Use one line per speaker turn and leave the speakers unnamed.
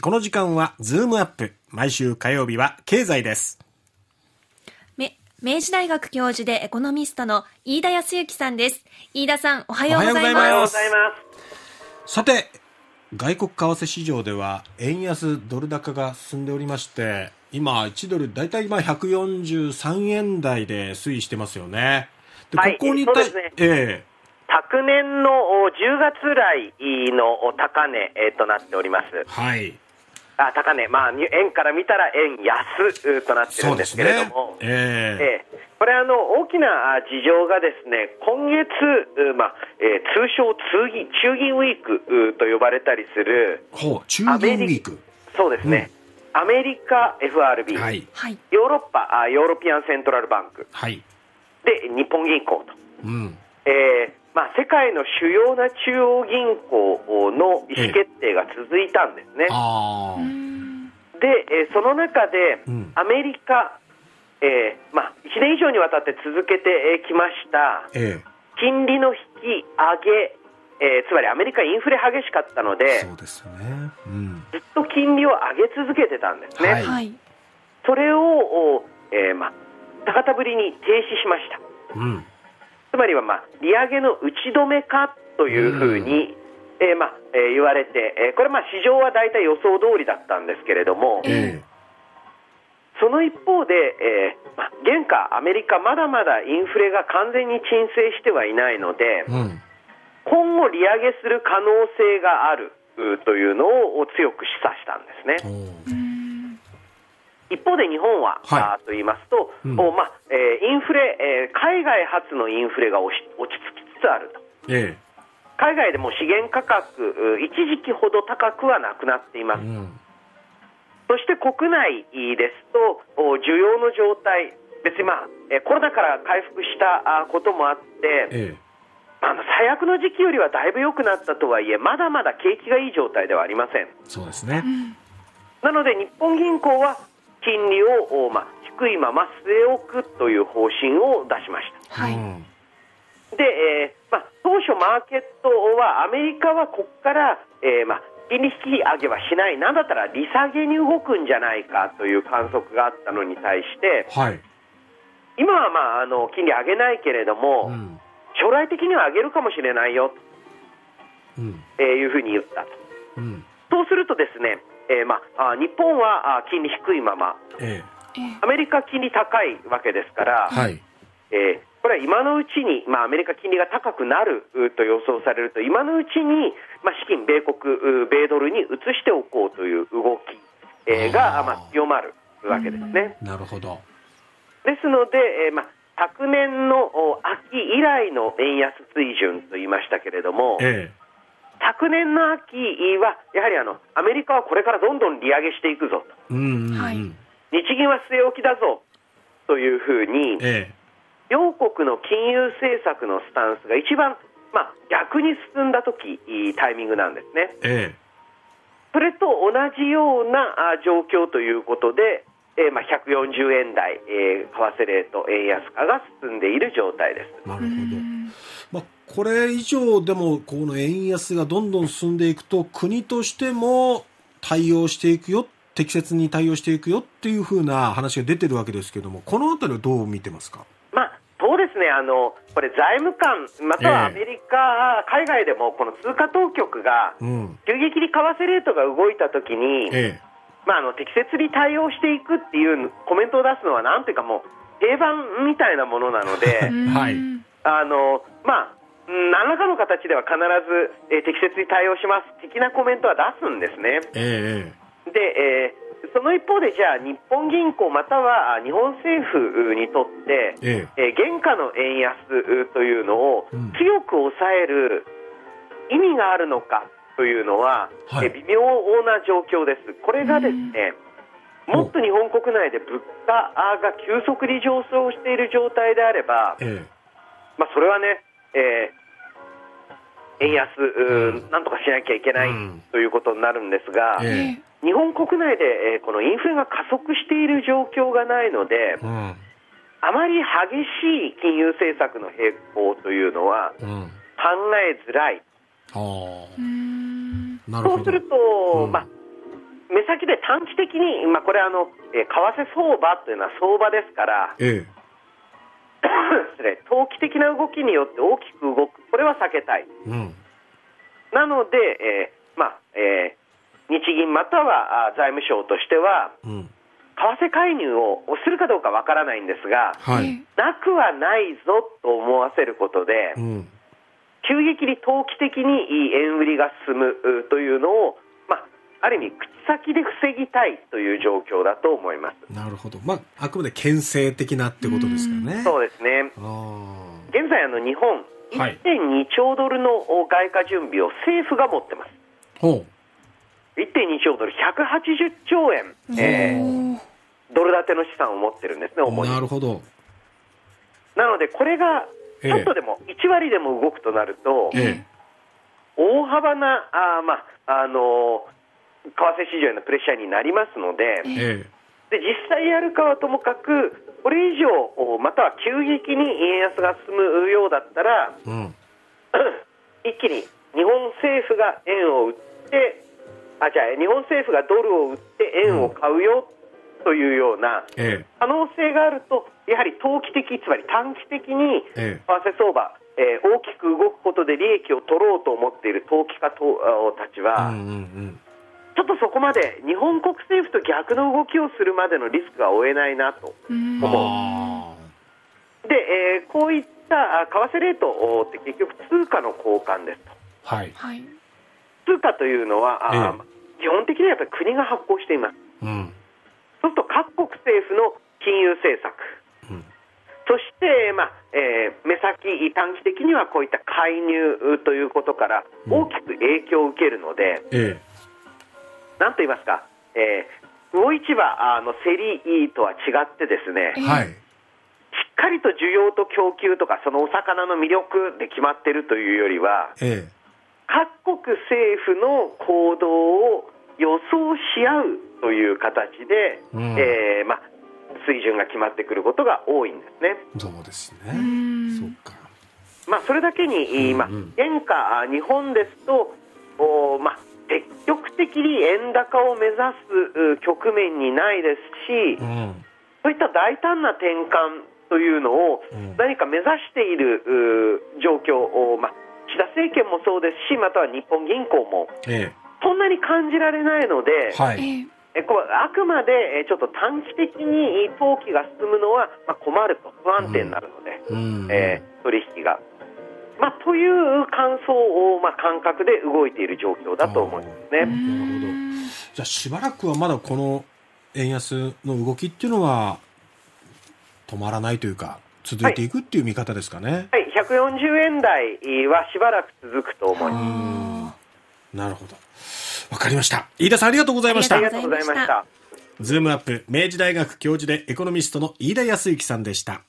この時間はズームアップ。毎週火曜日は経済です。
め明治大学教授でエコノミストの飯田康之さんです。飯田さん、おはようござい
おはよう
ま
ご
す。
ざいさて、外国為替市場では円安ドル高が進んでおりまして、今1ドル大体まあ143円台で推移してますよね。で、
はい
ここに対し
そうですね
ええ
昨年のお10月来のお高値、えーとなっております。
はい。
あ高値、まあ、に円から見たら円安うとなってるんですけれども、
ええ
ええこれあの、大きなあ事情がですね今月、うまあえー通称通銀、中銀ウィークうと呼ばれたりする、
ほう、中
アメ
銀ウ
リ
ィーク。
そうですね、アメリカ FRB、
はい。
はい。
ヨーロッパあ、ヨーロピアンセントラルバンク、
はい。
で日本銀行と。
うん。
えーまあ、世界の主要な中央銀行の意思決定が続いたんですね、
ああ。
でえーその中で
うん
アメリカ、えーまあ、1年以上にわたって続けてきました
え
金利の引き上げ、えーつまりアメリカインフレ激しかったの
え
で
そうですね。うん。
ずっと金利を上げ続けてたんですね、
はい
はい。
それを、おえーまあ、高たぶりに停止しました
うん。
つまりは、まあ、利上げの打ち止めかというふうに、えーまあえー言われて、えーこれ、まあ、市場は大体予想通りだったんですけれども、
え
その一方で、えーまあ、現下、アメリカ、まだまだインフレが完全に沈静してはいないので
え、うん。
今後、利上げする可能性があるうというのを強く示唆したんですね。
おう
一方で日本は、
はい
あーと言いますと、
うん
おまあえーインフレ、えー海外発のインフレが落ち落ち着きつつあると。
え
海外でも資源価格、う一時期ほど高くはなくなっていま
え。う、
す
ん。
そして国内ですと、お需要の状態、別に、まあ、えコロナから回復したあこともあっ
ええ。
て、あの最悪の時期よりはだいぶ良くなったとはいえ、まだまだ景気がいい状態ではありません。
そうですね。
なので、日本銀行は金利を、おまあ、低いまま据え置くという方針を出しました。
はい。
うん
で、えーまあ、当初、マーケットはアメリカはここから、えーまあ、金利引き上げはしない、なんだったら利下げに動くんじゃないかという観測があったのに対して、
はい。
今は、まあ、あの金利上げないけれども、
うん。
将来的には上げるかもしれないよ
うん。
というふうに言ったと。
うん。
そうするとですね、えーまあ、あ日本はあ金利低いまま、
ええ。
アメリカ金利高いわけですから、
はい。
えーこれは今のうちに、まあ、アメリカ金利が高くなるうと予想されると、今のうちに、まあ、資金、米国、う米ドルに移しておこうという動き、えーが、
あー
まあ、強まるわけですね。
なるほど。
ですので、えーまあ、昨年のお秋以来の円安水準と言いましたけれども、
ええ。
昨年の秋は、やはりあのアメリカはこれからどんどん利上げしていくぞと、
うんうん、うん。
はい
日銀は据え置きだぞというふうに、
え
両国の金融政策のスタンスが一番、まあ、逆に進んだ時いいタイミングなんですね。
え。え
それと同じようなあ状況ということで、えーまあ、140円台、えー為替レート円安化が進んでいる状態です。
え。なるほど。まあ、これ以上でも、この円安がどんどん進んでいくと、国としても対応していくよ。適切に対応していくよっていうふうな話が出てるわけですけども、このあたりはどう見てますか
まあそうですねあのこれ、財務官、またはアメリカ、海外でもこの通貨当局が
うん。
急激に為替レートが動いたときに、
ええ。、
まあ、あの適切に対応していくっていうコメントを出すのは、なんていうかもう、定番みたいなものなので
はい
あのまあ、うん何らかの形では必ず、えー適切に対応します的なコメントは出すんですね。
ええ。
で、えーその一方で、じゃあ、日本銀行またはあ日本政府にとって、
ええ。
えー原価の円安というのを
うん
強く抑える意味があるのかというのは、
はい
えー微妙な状況です、これがですね、
うん
もっと日本国内で物価が急速に上昇している状態であれば、
え
まあ、それはね、えー円安、
う
うんなんとかしなきゃいけない
うん
ということになるんですが、
え。え
日本国内で、えーこのインフレが加速している状況がないので
え。う、ん。
あまり激しい金融政策の並行というのは
うん。
考えづらい、
ああ。なる
そ
ほ
う
ど
する。と、
うん
まあ、目短期的に、まあ、これあの、えー為替相場というのは相場ですから、
ええ。
失礼投機的な動きによって大きく動く、これは避けたい。
うん。
なので、えーまあえー日銀またはあ財務省としては、
うん。
為替介入をするかどうかわからないんですが、
はい。
なくはないぞと思わせることで
う、ん。
急激に投機的に円売りが進むうというのを、まあ、ある意味、口先で防ぎたいという状況だと思います。
なるほど。まあ、あくまで牽制的なってことですかね。
そう
う
ですね
ああ。
現在、あの日本、
はい
1.2兆ドルのお外貨準備を政府が持ってます。
ほ
1.2兆ドル、180兆円、えー
お
ドル建ての資産を持ってるんですね、主
う。
に。
なるほど。
なので、これが
ええ
ちょっとでも、1割でも動くとなると、
え
大幅な、あーまああのー為替市場へのプレッシャーになりますので、
え。え
で実際やるかはともかく、これ以上、おまたは急激に円安が進むようだったら、
え。うん。
一気に日本政府が円を売って、あじゃあ、日本政府がドルを売って円を買うよというような
ええ。
可能性があると、やはり投機的、つまり短期的に
ええ
為替相場、えー大きく動くことで利益を取ろうと思っている投機家とあたち
う
は、
んうんうん。
ちょっとそこまで日本国政府と逆の動きをするまでのリスクは負えないなと。
うん
あ
で、えーこういったあ為替レートおって結局通貨の交換です
あ。はい。
はい。
と。通貨というのは、あー
え
基本的にはやっぱり国が発行しています。
うん。
そうすると各国政府の金融政策、
うん。
そして、まあえー目先、短期的にはこういった介入ということから
うん
大きく影響を受けるので、
え
なんと言いますか、えー魚市場あの競りとは違ってですね、
え。
え
はい。
しっかりと需要と供給とか、そのお魚の魅力で決まってるというよりは、
え
各国政府の行動を予想し合うという形で、
うん
えーまあ、水準が決まってくることが多いんですね。
え。そうですね。
ん
そっか。
まあ、それだけに、
うん
まあ
うん
現下、あ日本ですと、おまあ、積極的に円高を目指すう局面にないですし、
うん。
そういった大胆な転換というのを
うん
何か目指しているう状況を、まあ、岸田政権もそうですしまたは日本銀行も
え
そんなに感じられないので
え。、はい。
ええ
えこうあくまでえちょっと短期的に投機が進むのは、まあ、困ると不安定になるので、
うん。
えー取引が。まあ、という感想を、まあ、感覚で動いている状況だと思いますね。
なるほど。じゃあしばらくはまだこの円安の動きっていうのは止まらないというか続いていくっていう見方ですかね。
はい、140円台はしばらく続くと思います。
あ
なるほど。わかりました。飯田さんありがとうございました
あ
あ
り
り
が
が
と
と
う
う
ご
ご
ざ
ざ
い
い
ま
ま
し
したた。
ズームアップ明治大学教授でエコノミストの飯田康之さんでした。